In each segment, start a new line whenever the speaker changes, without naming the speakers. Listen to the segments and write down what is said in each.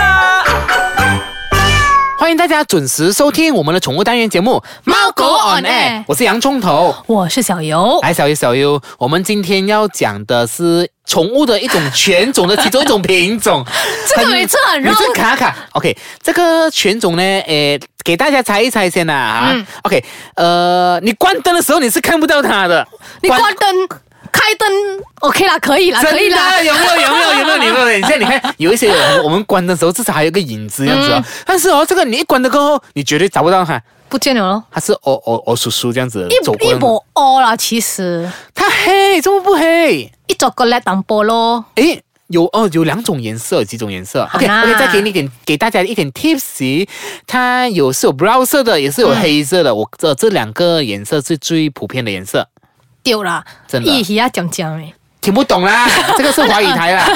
啊。
欢迎大家准时收听我们的宠物单元节目《
猫狗 on air
我是洋葱头。
我是小游。
来，小优小优，我们今天要讲的是宠物的一种犬种的其中一种品种。
这个每次很
每
绕
次卡卡。OK，这个犬种呢，诶，给大家猜一猜先啦、啊。
嗯
OK，呃，你关灯的时候你是看不到它的。
你关灯、开灯，OK 啦，可以啦，
真
可以啦
的。啊有没有有没有有没有你有没 有？你现在你看有一些人，我们关的时候至少还有个影子这样子
嗯
哦。但是哦，这个你一关了过后，你绝对找不到它，
不见了咯，
它是哦哦哦叔叔这样子走
一
过
一
来。
抹哦啦，其实
它黑，这么不黑？
一做个来当波咯。
诶，有哦，有两种颜色，几种颜色。OK，OK，、
啊
再给你一点，给大家一点 tips。它有是有 brown 色的，也是有黑色
嗯
的。我这这两个颜色是最普遍的颜色。
丢啦，
真的
一起啊讲讲诶，
听不懂 啦，这个是华语台啦。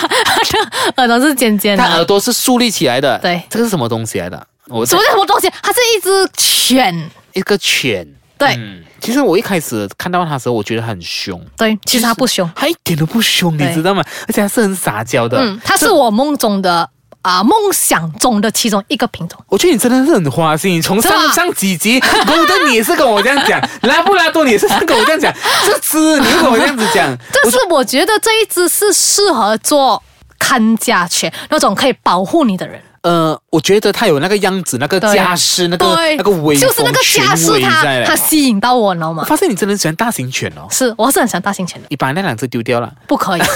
耳朵啊是尖尖的
它。耳朵是竖立起来的。
对
这个是什么东西来的？我
什么叫什么东西？它是一只犬。
一个犬。
对、
嗯，其实我一开始看到它的时候，我觉得很凶。
对，其实它不凶。
它一点都不凶，你
对
知道吗？而且它是很撒娇的。
嗯，它是我梦中的啊、梦想中的其中一个品种。
我觉得你真的是很花心。从
是
上
吧
上几集， 狗的你也是跟我这样讲，拉布拉多你也是跟我这样讲，这只你又跟我这样子讲，
但是我觉得这一只是适合做看家犬，那种可以保护你的人。
呃，我觉得它有那个样子，那个
对
架势，那个
对，
那个威风，
就是那个家
权
世
威
它，
在
它
嘞
吸引到我，你知道
我
吗？
发现你真的很喜欢大型犬哦，
是，我是很喜欢大型犬的，
你把那两只丢掉了。
不可以。
啊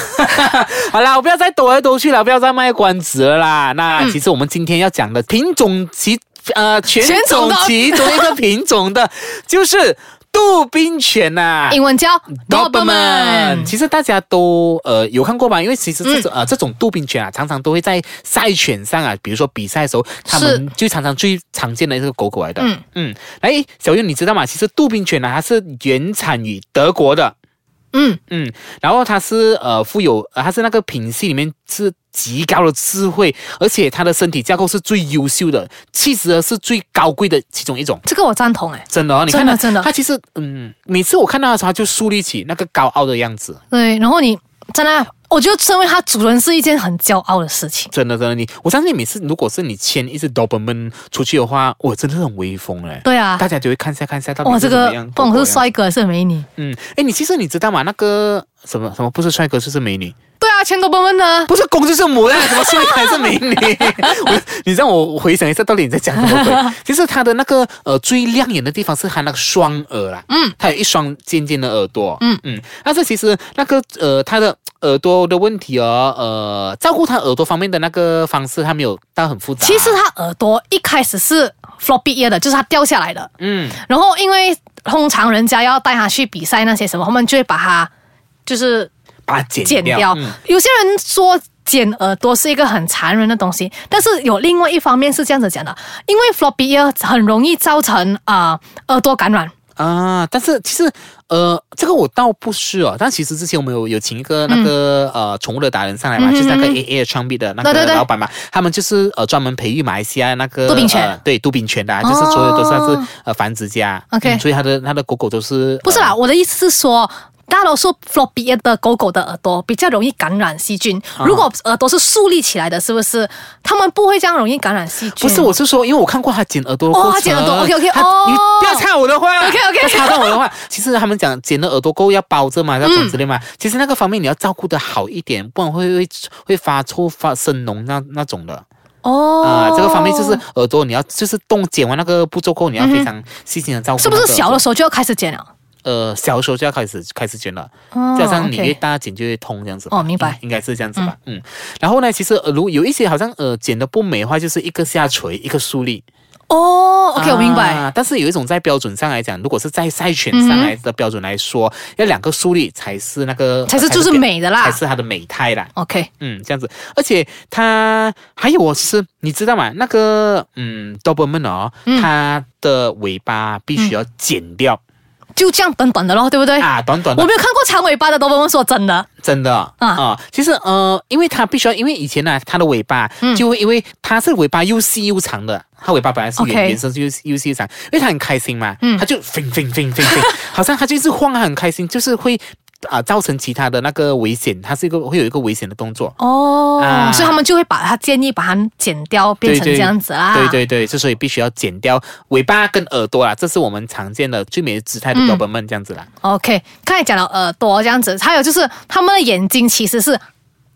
好啦，我不要再躲来躲去了，不要再卖关子了啦。
嗯
那其实我们今天要讲的品种其呃犬
犬种
种
的
其中一个品种的，就是杜宾犬啊呐、
英文叫
Doberman，
Doberman，
其实大家都呃有看过吧？因为其实这种、呃这种杜宾犬啊，常常都会在赛犬上啊，比如说比赛的时候，他们就常常最常见的一个狗狗来的。嗯
嗯
嗯，来，小月你知道吗？其实杜宾犬啊呢、它是原产于德国的。
嗯，
嗯，然后它是呃富有，呃它是那个品系里面是极高的智慧，而且它的身体架构是最优秀的，气质啊是最高贵的其中一种。
这个我赞同哎。
真的哦，你看它，
真的真的
它其实嗯，每次我看到它的时候，它就树立起那个高傲的样子。
对，然后你在那，我觉得身为它主人是一件很骄傲的事情。
真的真的，你我相信每次如果是你牵一只 Doberman 出去的话，我真的是很威风哎、
对啊
大，家就会看一下看一下到
哇，
底
这
是怎
个
么样。
不管是帅哥还是美女，
嗯，哎，你其实你知道吗？那个什么什么不是帅哥就是美女，
对啊，全国奔奔呢。
不是公就是母啊，什么帅哥还是美女？我你让我回想一下，到底你在讲什么鬼？其实它的那个呃最亮眼的地方是它那个双耳啦，嗯，它有一双尖尖的耳朵，嗯嗯，但是其实那个呃它的耳朵的问题哦，呃照顾它耳朵方面的那个方式，它没有到很复杂。
其实它耳朵一开始是 floppy ear 的，就是它掉下来的。
嗯。
然后因为通常人家要带它去比赛那些什么，他们就会把它就是
把它剪
剪掉。
嗯
有些人说剪耳朵是一个很残忍的东西，但是有另外一方面是这样子讲的，因为 floppy ear 很容易造成啊、耳朵感染。
啊，但是其实呃，这个我倒不是哦。但其实之前我们有有请一个那个、
嗯
呃宠物的达人上来嘛，就是那个 A A 创币的那
对
个
对对
老板嘛，他们就是呃专门培育马来西亚那个
杜宾犬
呃对杜宾犬的、啊，就是所有都是它是呃繁殖家。
哦 OK
所以他的他的狗狗都是
不是
呃
啦，我的意思是说。大多数 floppy ear 的狗狗的耳朵比较容易感染细菌，
啊
如果耳朵是竖立起来的，是不是它们不会这样容易感染细
不
菌？
是，我是说，因为我看过他剪耳朵的
嗯哦
过程。
他剪耳朵，OK，OK，
他
哦
你不要插我的话
OK，OK
不要插到我的 话。其实他们讲剪了耳朵够要包着
嗯
嘛，要怎样之类嘛。其实那个方面你要照顾的好一点，不然会会会发臭、发生脓那那种的
哦、
啊、这个方面就是耳朵你要就是动剪完那个步骤后，你要非常细心的照顾。
嗯是不是小的？时候就要开始剪了？
呃，小的时候就要开始开始剪了。
哦
加上你越
OK
大剪就越痛这样子吧
哦明白
应应该是这样子吧，嗯。然后呢，其实呃，如有一些好像呃剪的不美的话，就是一个下垂，一个竖立，
哦，OK，、我明白。
啊但是有一种在标准上来讲，如果是在赛犬上来的标准来说，要两个树立才是那个
才是就是美的啦
才是它的美态啦。
OK，
嗯，这样子，而且它还有哦，是你知道吗？那个嗯，Doberman 哦，它的尾巴必须要剪掉，
就这样短短的咯，对不对？
啊，短短的
哎我没有看过长尾巴的，多伯伯说真的，
真的啊、其实呃，因为它必须要，因为以前呢、它的尾巴、
嗯
就会因为它是尾巴又细又长的，它尾巴本来是
OK 嗯
原原生是又又细又长，因为它很开心嘛，它就飞飞飞飞 飞，好像它就是晃，它啊很开心，就是会啊、造成其他的那个危险，它是一个会有一个危险的动作。
哦，
啊
所以他们就会把它建议把它剪掉，变成
对对
这样子啊啦。
对对对，之所以必须要剪掉尾巴跟耳朵啦，这是我们常见的最美姿态的
嗯
d o b e r m a n 这样子啦。
OK，刚才讲了耳朵这样子，还有就是他们的眼睛其实是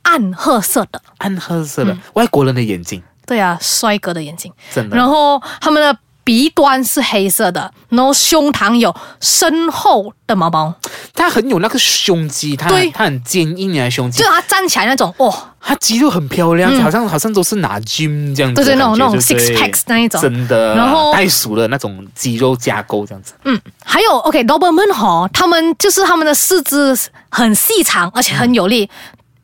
暗褐色的，
暗褐色
嗯
的、外国人的眼睛，
对啊，帅哥的眼睛。
真的
然后他们的鼻端是黑色的，然后胸膛有深厚的 毛毛，
它很有那个胸肌，它
对
很它很坚硬啊，胸肌
就是。他站起来那种哦，
它肌肉很漂亮，好像好像都是拿 gym 这样子的感觉，
嗯对对那种那种
对不对
six packs 那一种
真的，
然后
袋鼠的那种肌肉架构这样子，
嗯，还有 OK d o b e r m a n 哈，他们就是他们的四肢很细长，而且很有力。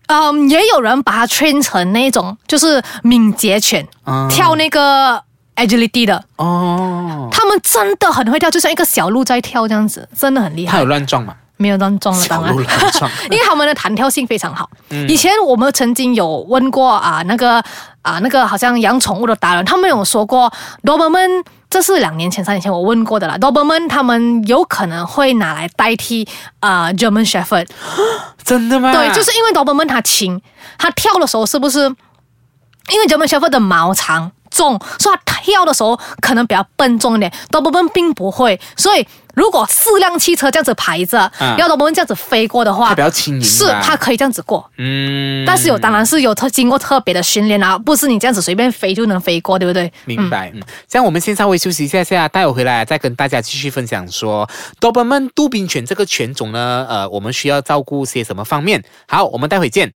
嗯，也有人把它 train 成那种就是敏捷犬，
嗯
跳那个 agility 的，
哦，
他们真的很会跳，就像一个小鹿在跳这样子，真的很厉
它
害。
有乱撞嘛？
没有当中了，
小
哦当然
鹿。嗯乱 撞，
因为他们的弹跳性非常好。以前我们曾经有问过啊，那个啊，那个好像养宠物的达人，他们有说过 d o b e r m a n 这是两年前、三年前我问过的啦。d o b e r m a n 他们有可能会拿来代替啊、German Shepherd，
真的吗？
对，就是因为 d o b e r m a n 它轻，它跳的时候是不是？因为 German Shepherd 的毛长重，所以它跳的时候可能比较笨重一点。d o b e r m a n 并不会，所以如果四辆汽车这样子排着，
嗯
要 d o b e r m a n 这样子飞过的话，
它比较轻盈吧，
是它可以这样子过，
嗯，
但是有当然是有特经过特别的训练啊，不是你这样子随便飞就能飞过，对不对？
明白，嗯，这样我们先稍微休息一下下，待会回来再跟大家继续分享说，多巴胺杜宾犬这个犬种呢，呃，我们需要照顾些什么方面？好，我们待会见。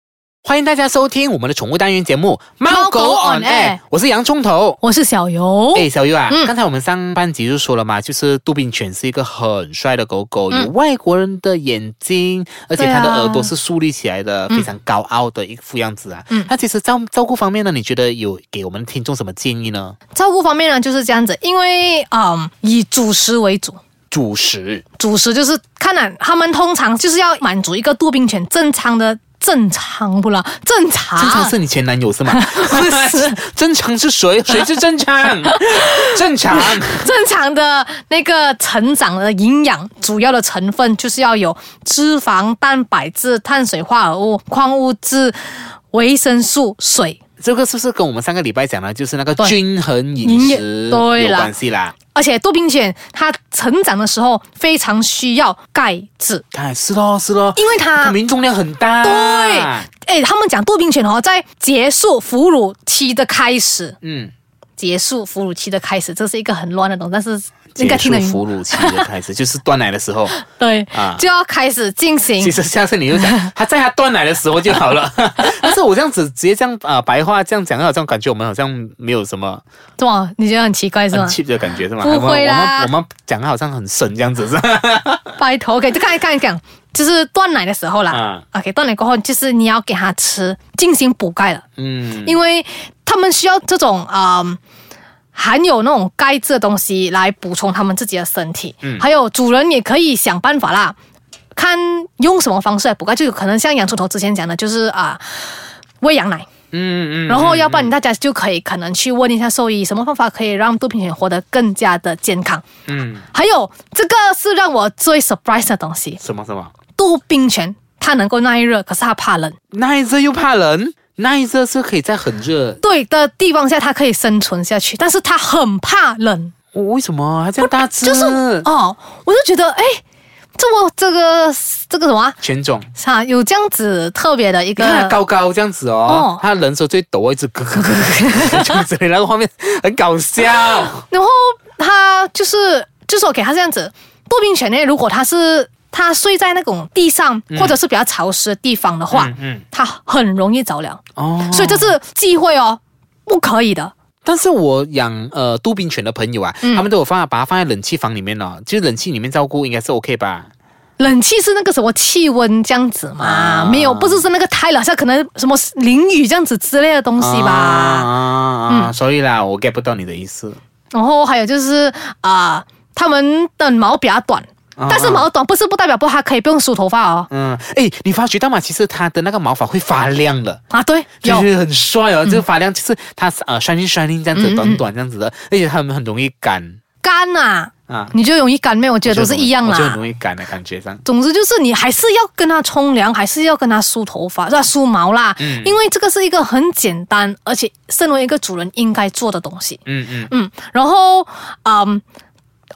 欢迎大家收听我们的宠物单元节目《猫狗
狗 on
on air
air》，
我是洋葱头。
我是小游，
哎，小优啊，
嗯
刚才我们上半集就说了嘛，就是杜宾犬是一个很帅的狗狗，有外国人的眼睛，而且它的
嗯对啊
耳朵是竖立起来的，非常高傲的一副样子啊。
嗯
那其实照照顾方面呢，你觉得有给我们听众什么建议呢？
照顾方面呢就是这样子，因为嗯以主食为主。
主食，
主食就是看来他们通常就是要满足一个杜宾犬正常的正常不啦，正常
正常是你前男友是 吗？正常是谁？谁是正常？正常。
正常的那个成长的营养主要的成分就是要有脂肪、蛋白质、碳水化合物、矿物质、维生素、水。
这个是不是跟我们上个礼拜讲的，就是那个
对
均衡饮
营
食
养对
有
啦
关系啦？
而且杜宾犬它成长的时候非常需要钙质，
哎，是咯是咯，
因为它
它民重量很大。
对，哎，他们讲杜宾犬哦，在结束哺乳期的开始，
嗯，
结束哺乳期的开始，这是一个很乱的东西，但是应该
结束
听得明嗯
哺乳期的开始， 就是断奶的时候。
对，
啊
就要开始进行
其。实下次你就 讲，他在他断奶的时候就好了。 但是我这样子直接这样啊、呃白话这样讲，好像感觉我们好像没有什么
哇，你觉得很奇怪是
很
吗？
cheap 的感觉是吗？
不会啦
我们我们我们讲的好像很深这样子是吧？
拜托，OK，就刚才刚才讲，就是断奶的时候
啊
啦。OK，断奶过后，就是你要给它吃进行补钙了，
嗯。
因为他们需要这种啊、嗯含有那种钙质的东西来补充他们自己的身体。嗯，还有主人也可以想办法啦，看用什么方式来补钙，就有可能像洋葱头之前讲的，就是啊、喂羊奶。
嗯嗯，
然后，要不然大家就可以可能去问一下兽医，什么方法可以让杜宾犬活得更加的健康。
嗯，
还有这个是让我最 surprise 的东西，
什么什么
杜宾犬它能够耐热，可是它怕冷。
耐热又怕冷，耐热是可以在很热，
对的地方下它可以生存下去，但是它很怕冷。
我为什么还这样大只？
就是哦，我就觉得哎，这么这个这个什么啊
犬种，
啥、有这样子特别的一
你看它
个。
高高这样子哦
呃哦，
它人手最抖，一直 咯咯咯咯，这样子，那个画面很搞笑。
然后它就是就是我给它这样子，杜宾犬呢，如果它是它睡在那种地上、或者是比较潮湿的地方的话，
嗯嗯
它很容易着凉，
哦，
所以这是忌讳哦，不可以的。
但是我养呃杜宾犬的朋友啊，
嗯
他们都有放把它放在冷气房里面哦，就是冷气里面照顾应该是 OK 吧？
冷气是那个什么气温这样子嘛，
啊
没有，不是是那个太冷，像可能什么淋雨这样子之类的东西吧。嗯
啊，所以啦，我 get 不到你的意思。
然后还有就是啊、他们的毛比较短，但是毛短不是不代表不，它可以不用梳头发哦。
嗯，哎，你发觉到吗？其实它的那个毛发会发亮的。
啊，对，
就
有
是很帅
嗯
哦，这个发亮就是它呃 shining shining 这样子，短短这样子的，而且它们很容易干
干呐、
啊，
你就容易干咩？我觉得都是一样
我就很
啦。
容易干的感觉上。
总之就是你还是要跟它冲凉，还是要跟它梳头发，是吧？梳毛啦，
嗯
因为这个是一个很简单，而且身为一个主人应该做的东西。
嗯嗯
嗯，然后嗯。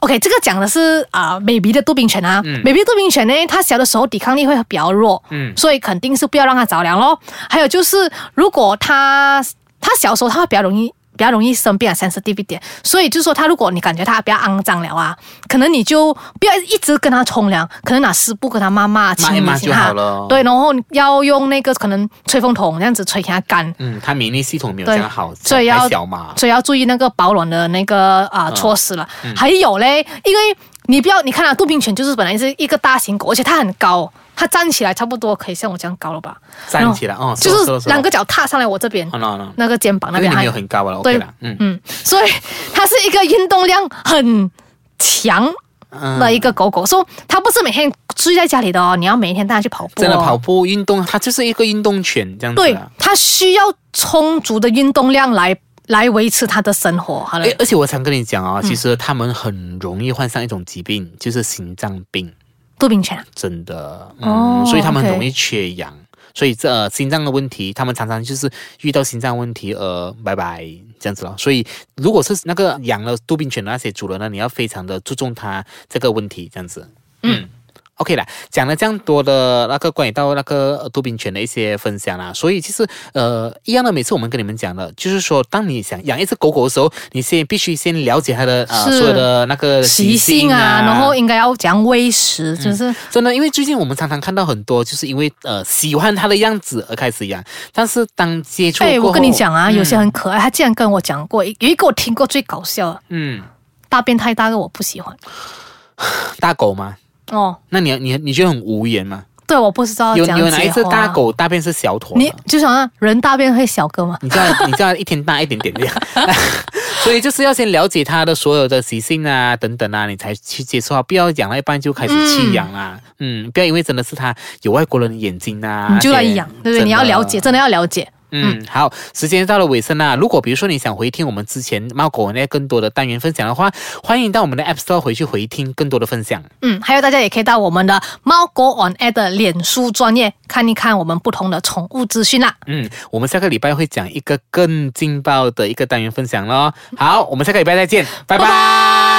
OK，这个讲的是啊、baby 的杜宾犬啊、
嗯
b a b y 杜宾犬呢，它小的时候抵抗力会比较弱，
嗯
所以肯定是不要让它着凉咯。还有就是，如果它它小时候它会比较容易比较容易生病啊，sensitive 一点，所以就是说它如果你感觉它比较肮脏了啊，可能你就不要一直跟它冲凉，可能拿湿布跟它抹抹清
抹一抹
一
就
下
好了
对，然后要用那个可能吹风筒这样子吹给它干。
嗯，它免疫力系统没有这
对
样好，
所以
还
要
小嘛。嗯
所以要注意那个保暖的那个啊、措施了。还有嘞，因为你不要你看啊，杜宾犬就是本来是一个大型狗，而且它很高，它站起来差不多可以像我这样高了吧？
站起来哦，是
就
咯
是两个，脚踏上来我这边，
哦 no no，
那个肩膀那
因为
边
你
还
没有很高了，OK
对
啦，嗯
嗯，所以它是一个运动量很强。
嗯
的一个狗狗，所以它不是每天睡在家里的哦，你要每一天带它去跑步、哦。
真的跑步运动，它就是一个运动犬这样子啊
对
啦。，
它需要充足的运动量来来维持它的生活。好了
哎，，而且我常跟你讲哦，
嗯
其实它们很容易患上一种疾病，就是心脏病，
杜宾犬啊
真的，
哦
嗯，所以它们很
OK
容易缺氧。所以这、呃、心脏的问题，他们常常就是遇到心脏问题，呃，拜拜这样子咯。所以如果是那个养了杜宾犬的那些主人呢，你要非常的注重它这个问题，这样子。嗯 OK 啦，讲了这样多的那个关于到那个呃杜宾犬的一些分享啦，所以其实呃一样的，每次我们跟你们讲的，就是说，当你想养一只狗狗的时候，你先必须先了解它的呃
是
所有的那个
习性
性嗯
啊，然后应该要讲喂食，就是
真的，因为最近我们常常看到很多，就是因为呃喜欢它的样子而开始养，但是当接触
哎、
过后，嗯
我跟你讲啊，有些很可爱，他竟然跟我讲过，有一个我听过最搞笑的，
嗯，
大便太大个我不喜欢
大狗嘛，
哦。
那你你你觉得很无言吗？
对，我不知道
有
怎样
有哪一
解
只
惑啊
大？狗大便是小坨的？
你就想啊，人大便会小个吗？
你知道，你知道一天大一点点这 样，所以就是要先了解它的所有的习性啊，等等啊，你才去接触啊，不要养到一半就开始弃养啦。嗯不要因为真的是它有外国人的眼睛啊，
你就来
而且
养，对不
真
对？
的
你要了解，真的要了解。
嗯，好，时间到了尾声啦。如果比如说你想回听我们之前猫狗那更多的单元分享的话，欢迎到我们的 App Store 回去回听更多的分享。
嗯，还有大家也可以到我们的猫狗 on air 的脸书专业看一看我们不同的宠物资讯啦。
嗯，我们下个礼拜会讲一个更劲爆的一个单元分享咯。好，我们下个礼拜再见，拜拜。